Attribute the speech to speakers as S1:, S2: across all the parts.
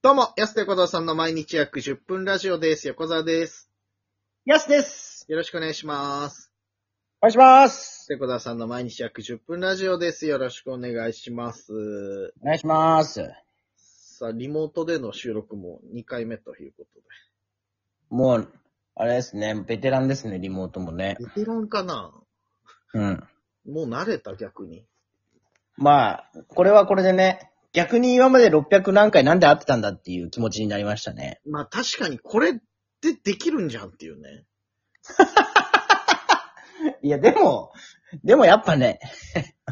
S1: どうも、安田横澤さんの毎日約10分ラジオです。横澤です。
S2: やすです。
S1: よろしくお願いします。
S2: お願いします。
S1: 横澤さんの毎日約10分ラジオです。よろしくお願いします。
S2: お願いします。
S1: さあ、リモートでの収録も2回目ということ
S2: もう、あれですね、ベテランですね、リモートもね
S1: で。。ベテランかな
S2: うん。
S1: もう慣れた逆に。
S2: まあ、これはこれでね、逆に今まで600何回なんで会ってたんだっていう気持ちになりましたね。
S1: まあ確かにこれってできるんじゃんっていうね。
S2: いや、でも、でもやっぱね、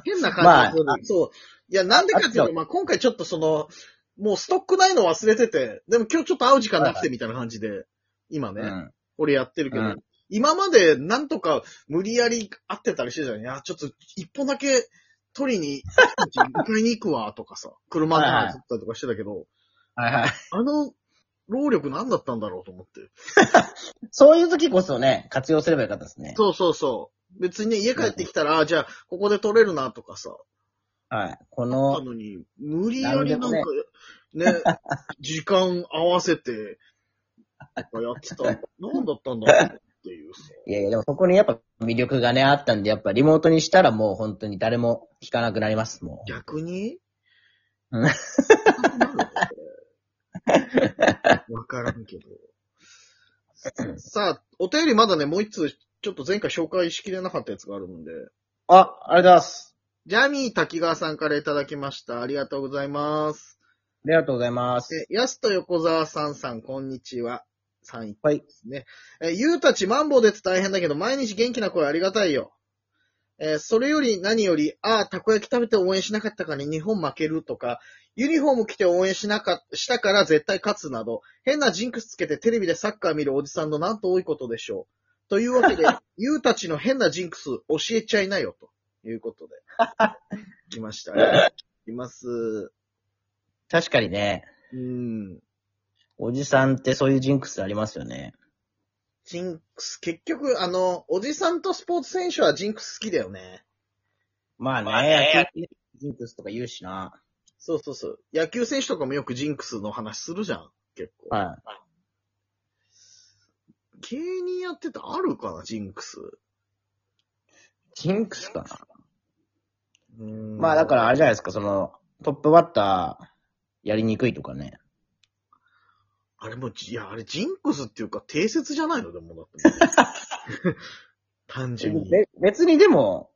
S1: 変な感じで、
S2: ま
S1: そう。いや、なんでかっていう
S2: あ
S1: と、
S2: と
S1: まあ今回ちょっとその、もうストックないの忘れてて、でも今日ちょっと会う時間なくてみたいな感じで、今ね。
S2: うん。
S1: 俺やってるけど、
S2: うん
S1: 今までなんとか無理やり会ってたりしてたのに、いや、ちょっと一本だけ取りに、迎えに行くわとか さ、車で
S2: はいはい
S1: 撮ったりとかしてたけど、
S2: はいはい。
S1: あの労力何だったんだろうと思って。
S2: そういう時こそね、活用すればよかったですね。
S1: そうそうそう。別にね、家帰ってきたら、あじゃあ、ここで撮れるなとかさ、
S2: はい。こ
S1: あった
S2: の、
S1: のに、無理やりなんか、
S2: な
S1: ね
S2: ん、
S1: 時間合わせて、やって た、何だったんだろうっていうさ。
S2: いやいや、でもそこにやっぱ魅力がね、あったんで、やっぱリモートにしたらもう本当に誰も聞かなくなります、もう。
S1: 逆に
S2: うん
S1: わからんけど。 さあ、お便りまだね、もう一通、ちょっと前回紹介しきれなかったやつがあるんで。
S2: あ、ありがとうございます。
S1: ジャミー滝川さんからいただきました。ありがとうございます。
S2: ありがとうございます。
S1: え、やすと横澤さんさん、こんにちは。さん
S2: はい。
S1: ですね。えー、ゆうたちマンボウでつ大変だけど、毎日元気な声ありがたいよ。えーそれより何より、ああ、たこ焼き食べて応援しなかったから日本負けるとか、ユニフォーム着て応援しなか、したから絶対勝つなど、変なジンクスつけてテレビでサッカー見るおじさんのなんと多いことでしょう。というわけ で、ゆうたちの変なジンクス教えちゃいなよ、ということで。 来ました。います。
S2: 確かにね、
S1: うん。
S2: おじさんってそういうジンクスありますよね。
S1: ジンクス、結局、あの、おじさんとスポーツ選手はジンクス好きだよね。
S2: まあ
S1: まあね
S2: ね、ジンクスとか言うしな。
S1: そうそうそう。野球選手とかもよくジンクスの話するじゃん、結構。
S2: は
S1: 芸人やっててあるかな、ジンクス。
S2: い。ジンクスかな。ま
S1: ま
S2: あだからあれじゃないですか、その、トップバッター、やりにくいとかね。
S1: あれもじ、いや、あれジンクスっていうか、定説じゃないのでも、だって。 単純に。
S2: べ別にでも、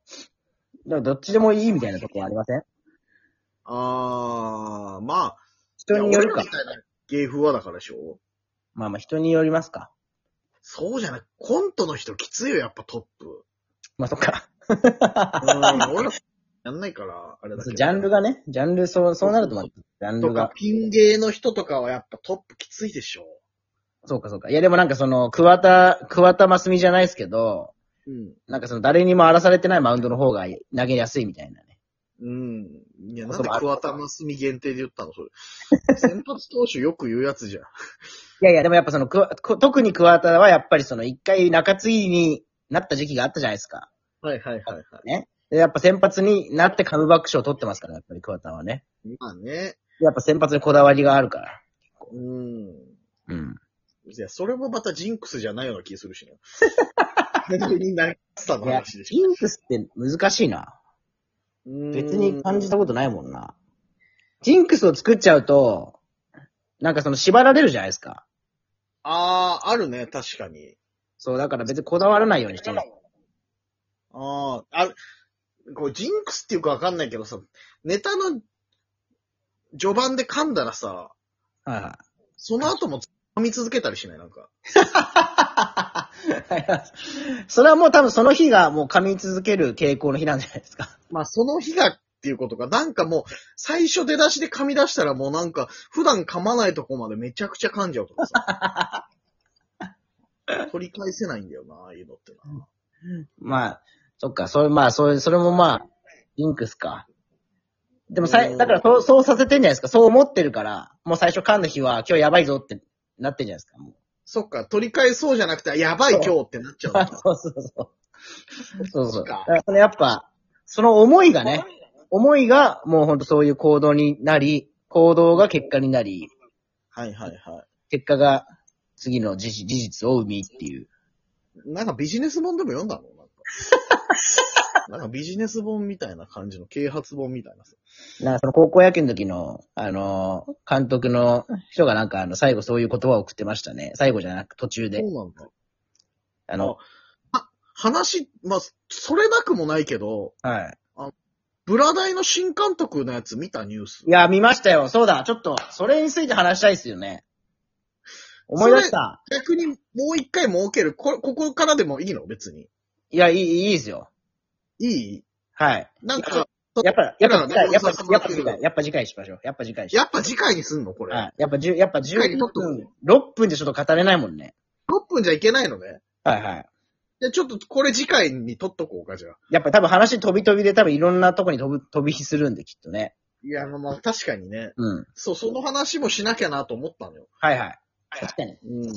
S2: だからどっちでもいいみたいなとこはありません
S1: あー、まあ、
S2: 人による
S1: いや
S2: か
S1: 俺。らみたいな芸風はだからでしょ
S2: まあまあ人によりますか。
S1: そうじゃない。コントの人きついよ、やっぱトップ。
S2: まあそっか。
S1: うん、俺らやんないから、あれだけど。
S2: ジャンルがね、ジャンル、そう、そうなるとまあ、ジャン
S1: と
S2: ル
S1: か
S2: が、。
S1: ピン芸の人とかはやっぱトップきついでしょ。
S2: そうかそうか。いやでもなんかその、桑田、桑田真澄じゃないですけど、
S1: うん。
S2: なんかその誰にも荒らされてないマウンドの方が投げやすいみたいなね。
S1: うん。いや、
S2: こ
S1: なん
S2: と
S1: で
S2: もある
S1: 桑田真澄限定で言ったのそれ。 先発投手よく言うやつじゃん。
S2: いやいや、でもやっぱその、くわこ特に桑田はやっぱりその一回中継ぎになった時期があったじゃないですか。
S1: はいはいはいは
S2: でやっぱ先発になってカムバック賞を取ってますから、やっぱり桑田はね。
S1: い。まあね。
S2: やっぱ先発にこだわりがあるから。
S1: うん。
S2: うん。
S1: いや、それもまたジンクスじゃないような気するしね。 別になさの
S2: いや、
S1: 話でし
S2: ジンクスって難しいな。
S1: ょ。
S2: 別に感じたことないもんな。ジンクスを作っちゃうと、なんかその縛られるじゃないですか。
S1: ああ、あるね、確かに。
S2: そう、だから別にこだわらないようにしてる。
S1: ああ、ある、こう、ジンクスっていうかわかんないけどさ、ネタの序盤で噛んだらさ、
S2: はい はい。
S1: その後も噛み続けたりしないなんか。
S2: それはもう多分その日がもう噛み続ける傾向の日なんじゃないですか。
S1: まあ、その日がっていうことか、なんかもう、最初出だしで噛み出したらもうなんか、普段噛まないとこまでめちゃくちゃ噛んじゃうとかさ。 取り返せないんだよな、ああいうのってな。
S2: まあ、そっか、それ、まあ、それ、それもまあ、ジンクスか。でもさ
S1: う
S2: い、
S1: ん
S2: だからそう、そうさせてんじゃないですか。そう思ってるから、もう最初噛んだ日は今日やばいぞってなってんじゃないですか。もう
S1: そっか、取り返そうじゃなくて、やばい今日ってなっちゃうの か。
S2: そうそうそう。そうそ。
S1: そうっか
S2: だからそのやっぱ、その思いがね、思いがもうほんとそういう行動になり、行動が結果になり、
S1: はいはいは
S2: 結果が次の事実事実を生みっていう。
S1: い。なんかビジネス本でも読んだの なんか。なんかビジネス本みたいな感じの啓発本みたいなさ。
S2: なんかその高校野球の時の、あのー、監督の人がなんかあの、最後そういう言葉を送ってましたね。最後じゃなく途中
S1: そ
S2: で。
S1: うなんだ。
S2: あの、
S1: 話、まあ、それなくもないけど、
S2: はい。
S1: ブラ大の新監督のやつ見たニュース。
S2: いや、見ましたよ。そうだ。ちょっと、それについて話したいですよね。思い出した。
S1: 逆にもう一回設ける。こ、ここからでもいいの別に。
S2: いや、いい、いいですよ。
S1: いい
S2: はい。
S1: なんか、
S2: やっぱ、やっぱ次回、やっぱ、やっぱ次
S1: やっ
S2: 回、やっぱ次回しましょう。やっぱ次回し
S1: やっぱ次回にすんのこれ。
S2: はい。やっぱ10、やっぱ
S1: 回
S2: 10
S1: に撮っとこ
S2: 分、6分でちょっと語れないもんね。
S1: 6分じゃいけないのね。
S2: はいはい。
S1: で、ちょっとこれ次回に撮っとこうか、じゃあ。
S2: やっぱ多分話飛び飛びで多分いろんなとこに飛ぶ、飛び火するんできっとね。
S1: いや、まあまあ、確かにね。
S2: うん。
S1: そう、その話もしなきゃなと思ったのよ。
S2: はいはい。確かに。
S1: うん。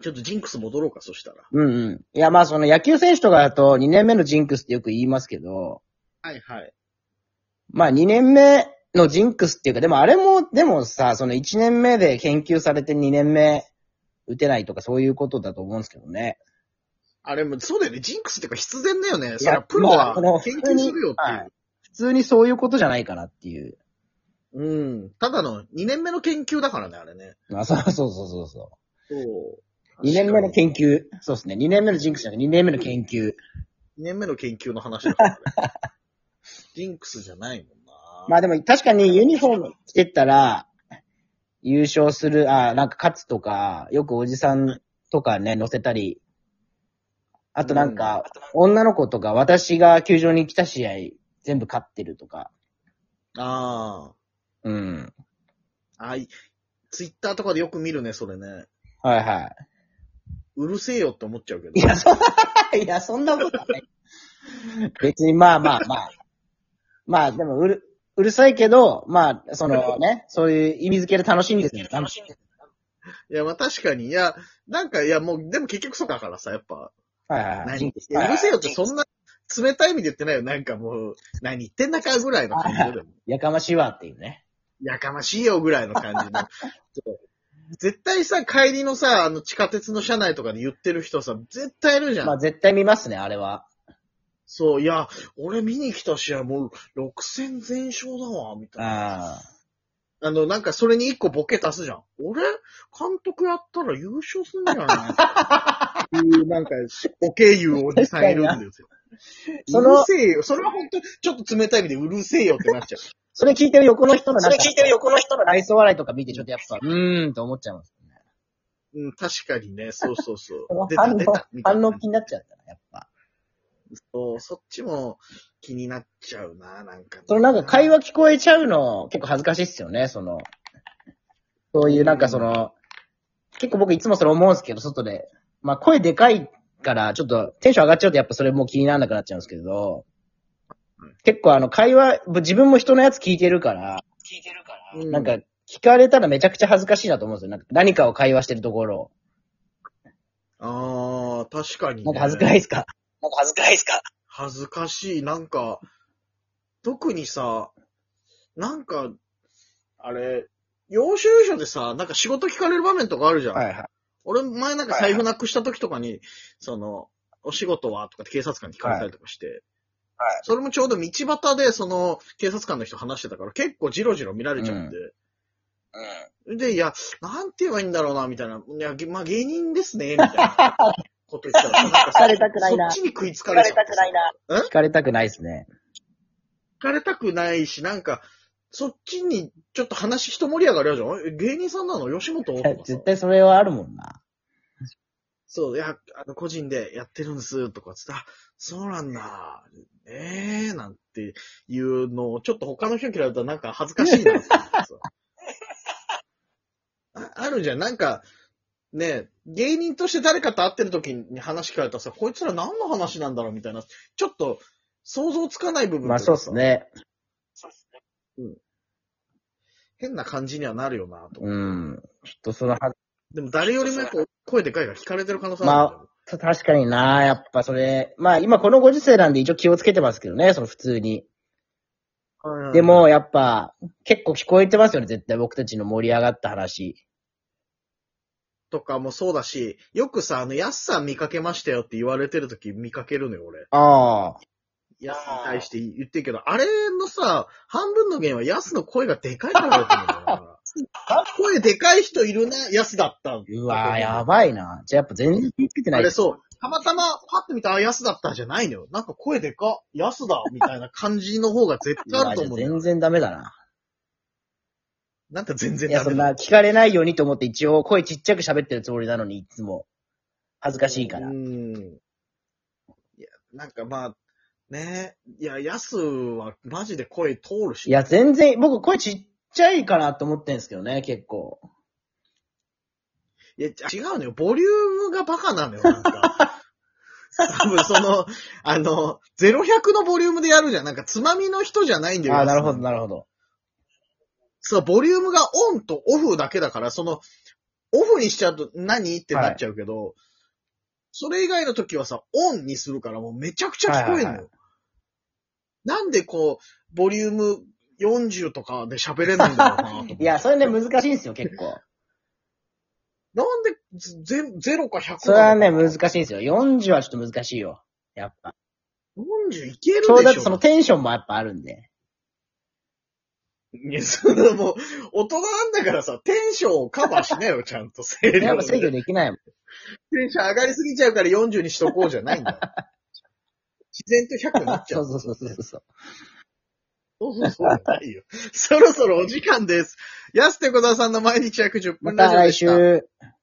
S1: ちょっとジンクス戻ろうか、そしたら。
S2: うんうん。いやまあその野球選手とかだと2年目のジンクスってよく言いますけど、
S1: はいはい。
S2: まあ2年目のジンクスっていうか、でもあれも、でもさ、その1年目で研究されて2年目打てないとかそういうことだと思うんですけどね。
S1: あれも、そうだよね。ジンクスっていうか必然だよね。そ
S2: い
S1: り
S2: や
S1: ゃプロ
S2: まあ
S1: は
S2: この
S1: 研究するよってい
S2: は
S1: う
S2: い。普通にそういうことじゃないかなっていう。
S1: うん。ただの2年目の研究だからね、あれね。
S2: まあそうそうそうそうそう。
S1: そう
S2: 2年目の
S1: 究。
S2: 研究。そうですね。2年目のジンクスじゃなくて2年目の研究。
S1: 2年目の研究の話だからね。ジンクスじゃないもんな。
S2: まあでも確かにユニフォーム着てったら、優勝する、あなんか勝つとか、よくおじさんとかね、乗せたり、あとなんか、女の子とか、私が球場に来た試合、全部勝ってるとか。
S1: あ
S2: うん。
S1: あ。あい、ツイッターとかでよく見るね、それね。
S2: はいは
S1: うるせえよって思っちゃうけ
S2: い。い
S1: ど。
S2: や、そ、 いや、そんなことはない。別に、まあまあまあ。まあ、でも、うる、うるさいけど、まあ、そのね、そういう意味付けで楽しみですね。楽しみ。
S1: いや、まあ確かに。いや、なんか、いや、もう、でも結局そうだからさ、やっぱ。
S2: はいはいはい。
S1: 何いやうるせえよってそんな冷たい意味で言ってないよ。なんかもう、何言ってんだかぐらいの感じでも。
S2: やかましいわっていうね。
S1: やかましいよぐらいの感じの。 そう絶対さ、帰りのさ、あの地下鉄の車内とかで言ってる人さ、絶対いるじゃん。
S2: まあ絶対見ますね、あれは。
S1: そう、いや、俺見に来た試合もう6戦全勝だわ、みたいな。
S2: あ
S1: あの、なんかそれに1個ボケ足すじゃん。俺、監督やったら優勝すんじゃない っていう、なんか、ボケ言うおじさんいるんですよ。
S2: そうの
S1: るせえよ。それは本当ちょっと冷たい意味でうるせえよってなっ ちゃう。
S2: それ聞いてる横の人の、
S1: それ聞いてる
S2: 横の人の愛想笑いとか見てちょっとやっぱ、うーんと思っちゃいますね。
S1: うん、確かにね、そうそう そう
S2: この。
S1: 出
S2: 反
S1: た
S2: 応
S1: 出た、みたい
S2: 反
S1: な
S2: 応気になっちゃったな、やっぱ。
S1: そうそっちも気になっちゃうな、なんかね、
S2: そのなんか会話聞こえちゃうの結構恥ずかしいっすよね、その。そういうなんかその、結構僕いつもそれ思うんですけど、外で。まあ声でかいから、ちょっとテンション上がっちゃうとやっぱそれもう気にならなくなっちゃうんですけど、結構あの会話、自分も人のやつ聞いてるから、聞いてるから
S1: う
S2: なんか、、聞かれたらめちゃくちゃ恥ずかしいなと思うんですよ。なんか何かを会話してるところを。
S1: ああ、確かに、ね。
S2: なんか恥ずかしいっすかなんか恥ずかしいっすか
S1: 恥ずかしい。なんか、特にさ、なんか、あれ、要所要所でさ、なんか仕事聞かれる場面とかあるじゃん。
S2: はいはい。
S1: 俺、前なんか財布なくした時とかに、その、お仕事はとかって警察官に聞かれたりとかして、
S2: はいは
S1: それもちょうど道端で、その、警察官の人話してたから、結構ジロジロ見られちゃって、で、いや、なんて言えばいいんだろうな、みたいな。いや、げまあ、芸人ですね、みたいなこと言ったら、なんか
S2: 聞かれたくないな
S1: そっちに食いつかれちゃって
S2: ないな。聞かれたくないっすね。
S1: 聞かれたくないし、なんか、そっちにちょっと話一盛り上がるやじゃん。え芸人さんなの吉本とかさ
S2: 絶対それはあるもんな。
S1: そう、いや、あの、個人でやってるんです、とかつって、あ、そうなんだ、ええー、なんていうのを、ちょっと他の人に嫌われたらなんか恥ずかしいなって思 ってさあ。あるじゃん、なんか、ねえ、芸人として誰かと会ってる時に話聞かれたらさ、こいつら何の話なんだろうみたいな、ちょっと想像つかない部分
S2: まあ
S1: という
S2: そう
S1: か
S2: っ
S1: さ
S2: すね。
S1: 変な感じにはなるよな、と。
S2: うん。ちょっとその、は
S1: でも誰よりもやっぱ声でかいから聞かれてる可能性あるんだよね。
S2: 確かにな、やっぱそれ。まあ今このご時世なんで一応気をつけてますけどね、その普通に。
S1: うん
S2: で、も、やっぱ、結構聞こえてますよね、絶対僕たちの盛り上がった話。
S1: とかもそうだし、よくさ、あの、ヤスさん見かけましたよって言われてる時見かけるのよ、俺。
S2: ああ。
S1: ヤスに対して言ってるけど、あれのさ、半分の原因はヤスの声がでかいからだと思うんだよな 声でかい人いるな、ヤスだった。
S2: うわーやばいな。じゃあやっぱ全然気をつけてな
S1: あ
S2: い
S1: れ。そう。たまたま、パッと見た、あ、ヤスだったじゃないのよ。なんか声でか、ヤスだ、みたいな感じの方が絶
S2: う
S1: 対あ
S2: わ
S1: る
S2: じ
S1: と
S2: ゃあ
S1: 思うんだよ。
S2: 全然ダメだな。
S1: なんか全然
S2: いや、
S1: ダ
S2: そ
S1: メ
S2: ん
S1: だ。
S2: な聞かれないようにと思って一応声ちっちゃく喋ってるつもりなのに、いつも。恥ずかしいから
S1: う。ん。いや、なんかまあ、ねいや、ヤスはマジで声通るし。
S2: いや、全然、僕声ちっちゃいかなと思ってんですけどね、結構。
S1: いや、違うのよ。ボリュームがバカなのよ、なんか。多分その、あの、0100のボリュームでやるじゃん。なんかつまみの人じゃないんだよ。
S2: ああ、
S1: 安
S2: な
S1: さん
S2: るほど、なるほど。
S1: そう、ボリュームがオンとオフだけだから、その、オフにしちゃうと何ってなっちゃうけど、それ以外の時はさ、オンにするからもうめちゃくちゃ聞こえんのよ。
S2: はいはいは
S1: なんでこう、ボリューム40とかで喋れないんだろうなと思って
S2: いや、それね、難しいんですよ、結構。
S1: なんでゼ、ゼロか100か。
S2: それはね、難しいんですよ。40はちょっと難しいよ。やっぱ。
S1: 40いけるでし
S2: ち
S1: ょ
S2: ょうどだってそのテンションもやっぱあるんで。
S1: いや、そんなもう、大人なんだからさ、テンションをカバーしなよ、ちゃんと。制御で
S2: やっぱ制
S1: テ
S2: 御できないもん。
S1: ンション上がりすぎちゃうから40にしとこうじゃない んだよ。自然と100になっちゃ。
S2: そううそうそうそうそう。
S1: そうそうそうじゃないよ。そろそろお時間です。安手小沢さんの毎日約10
S2: ま
S1: 分ラ
S2: た
S1: ジオでし
S2: 来
S1: た。
S2: 週。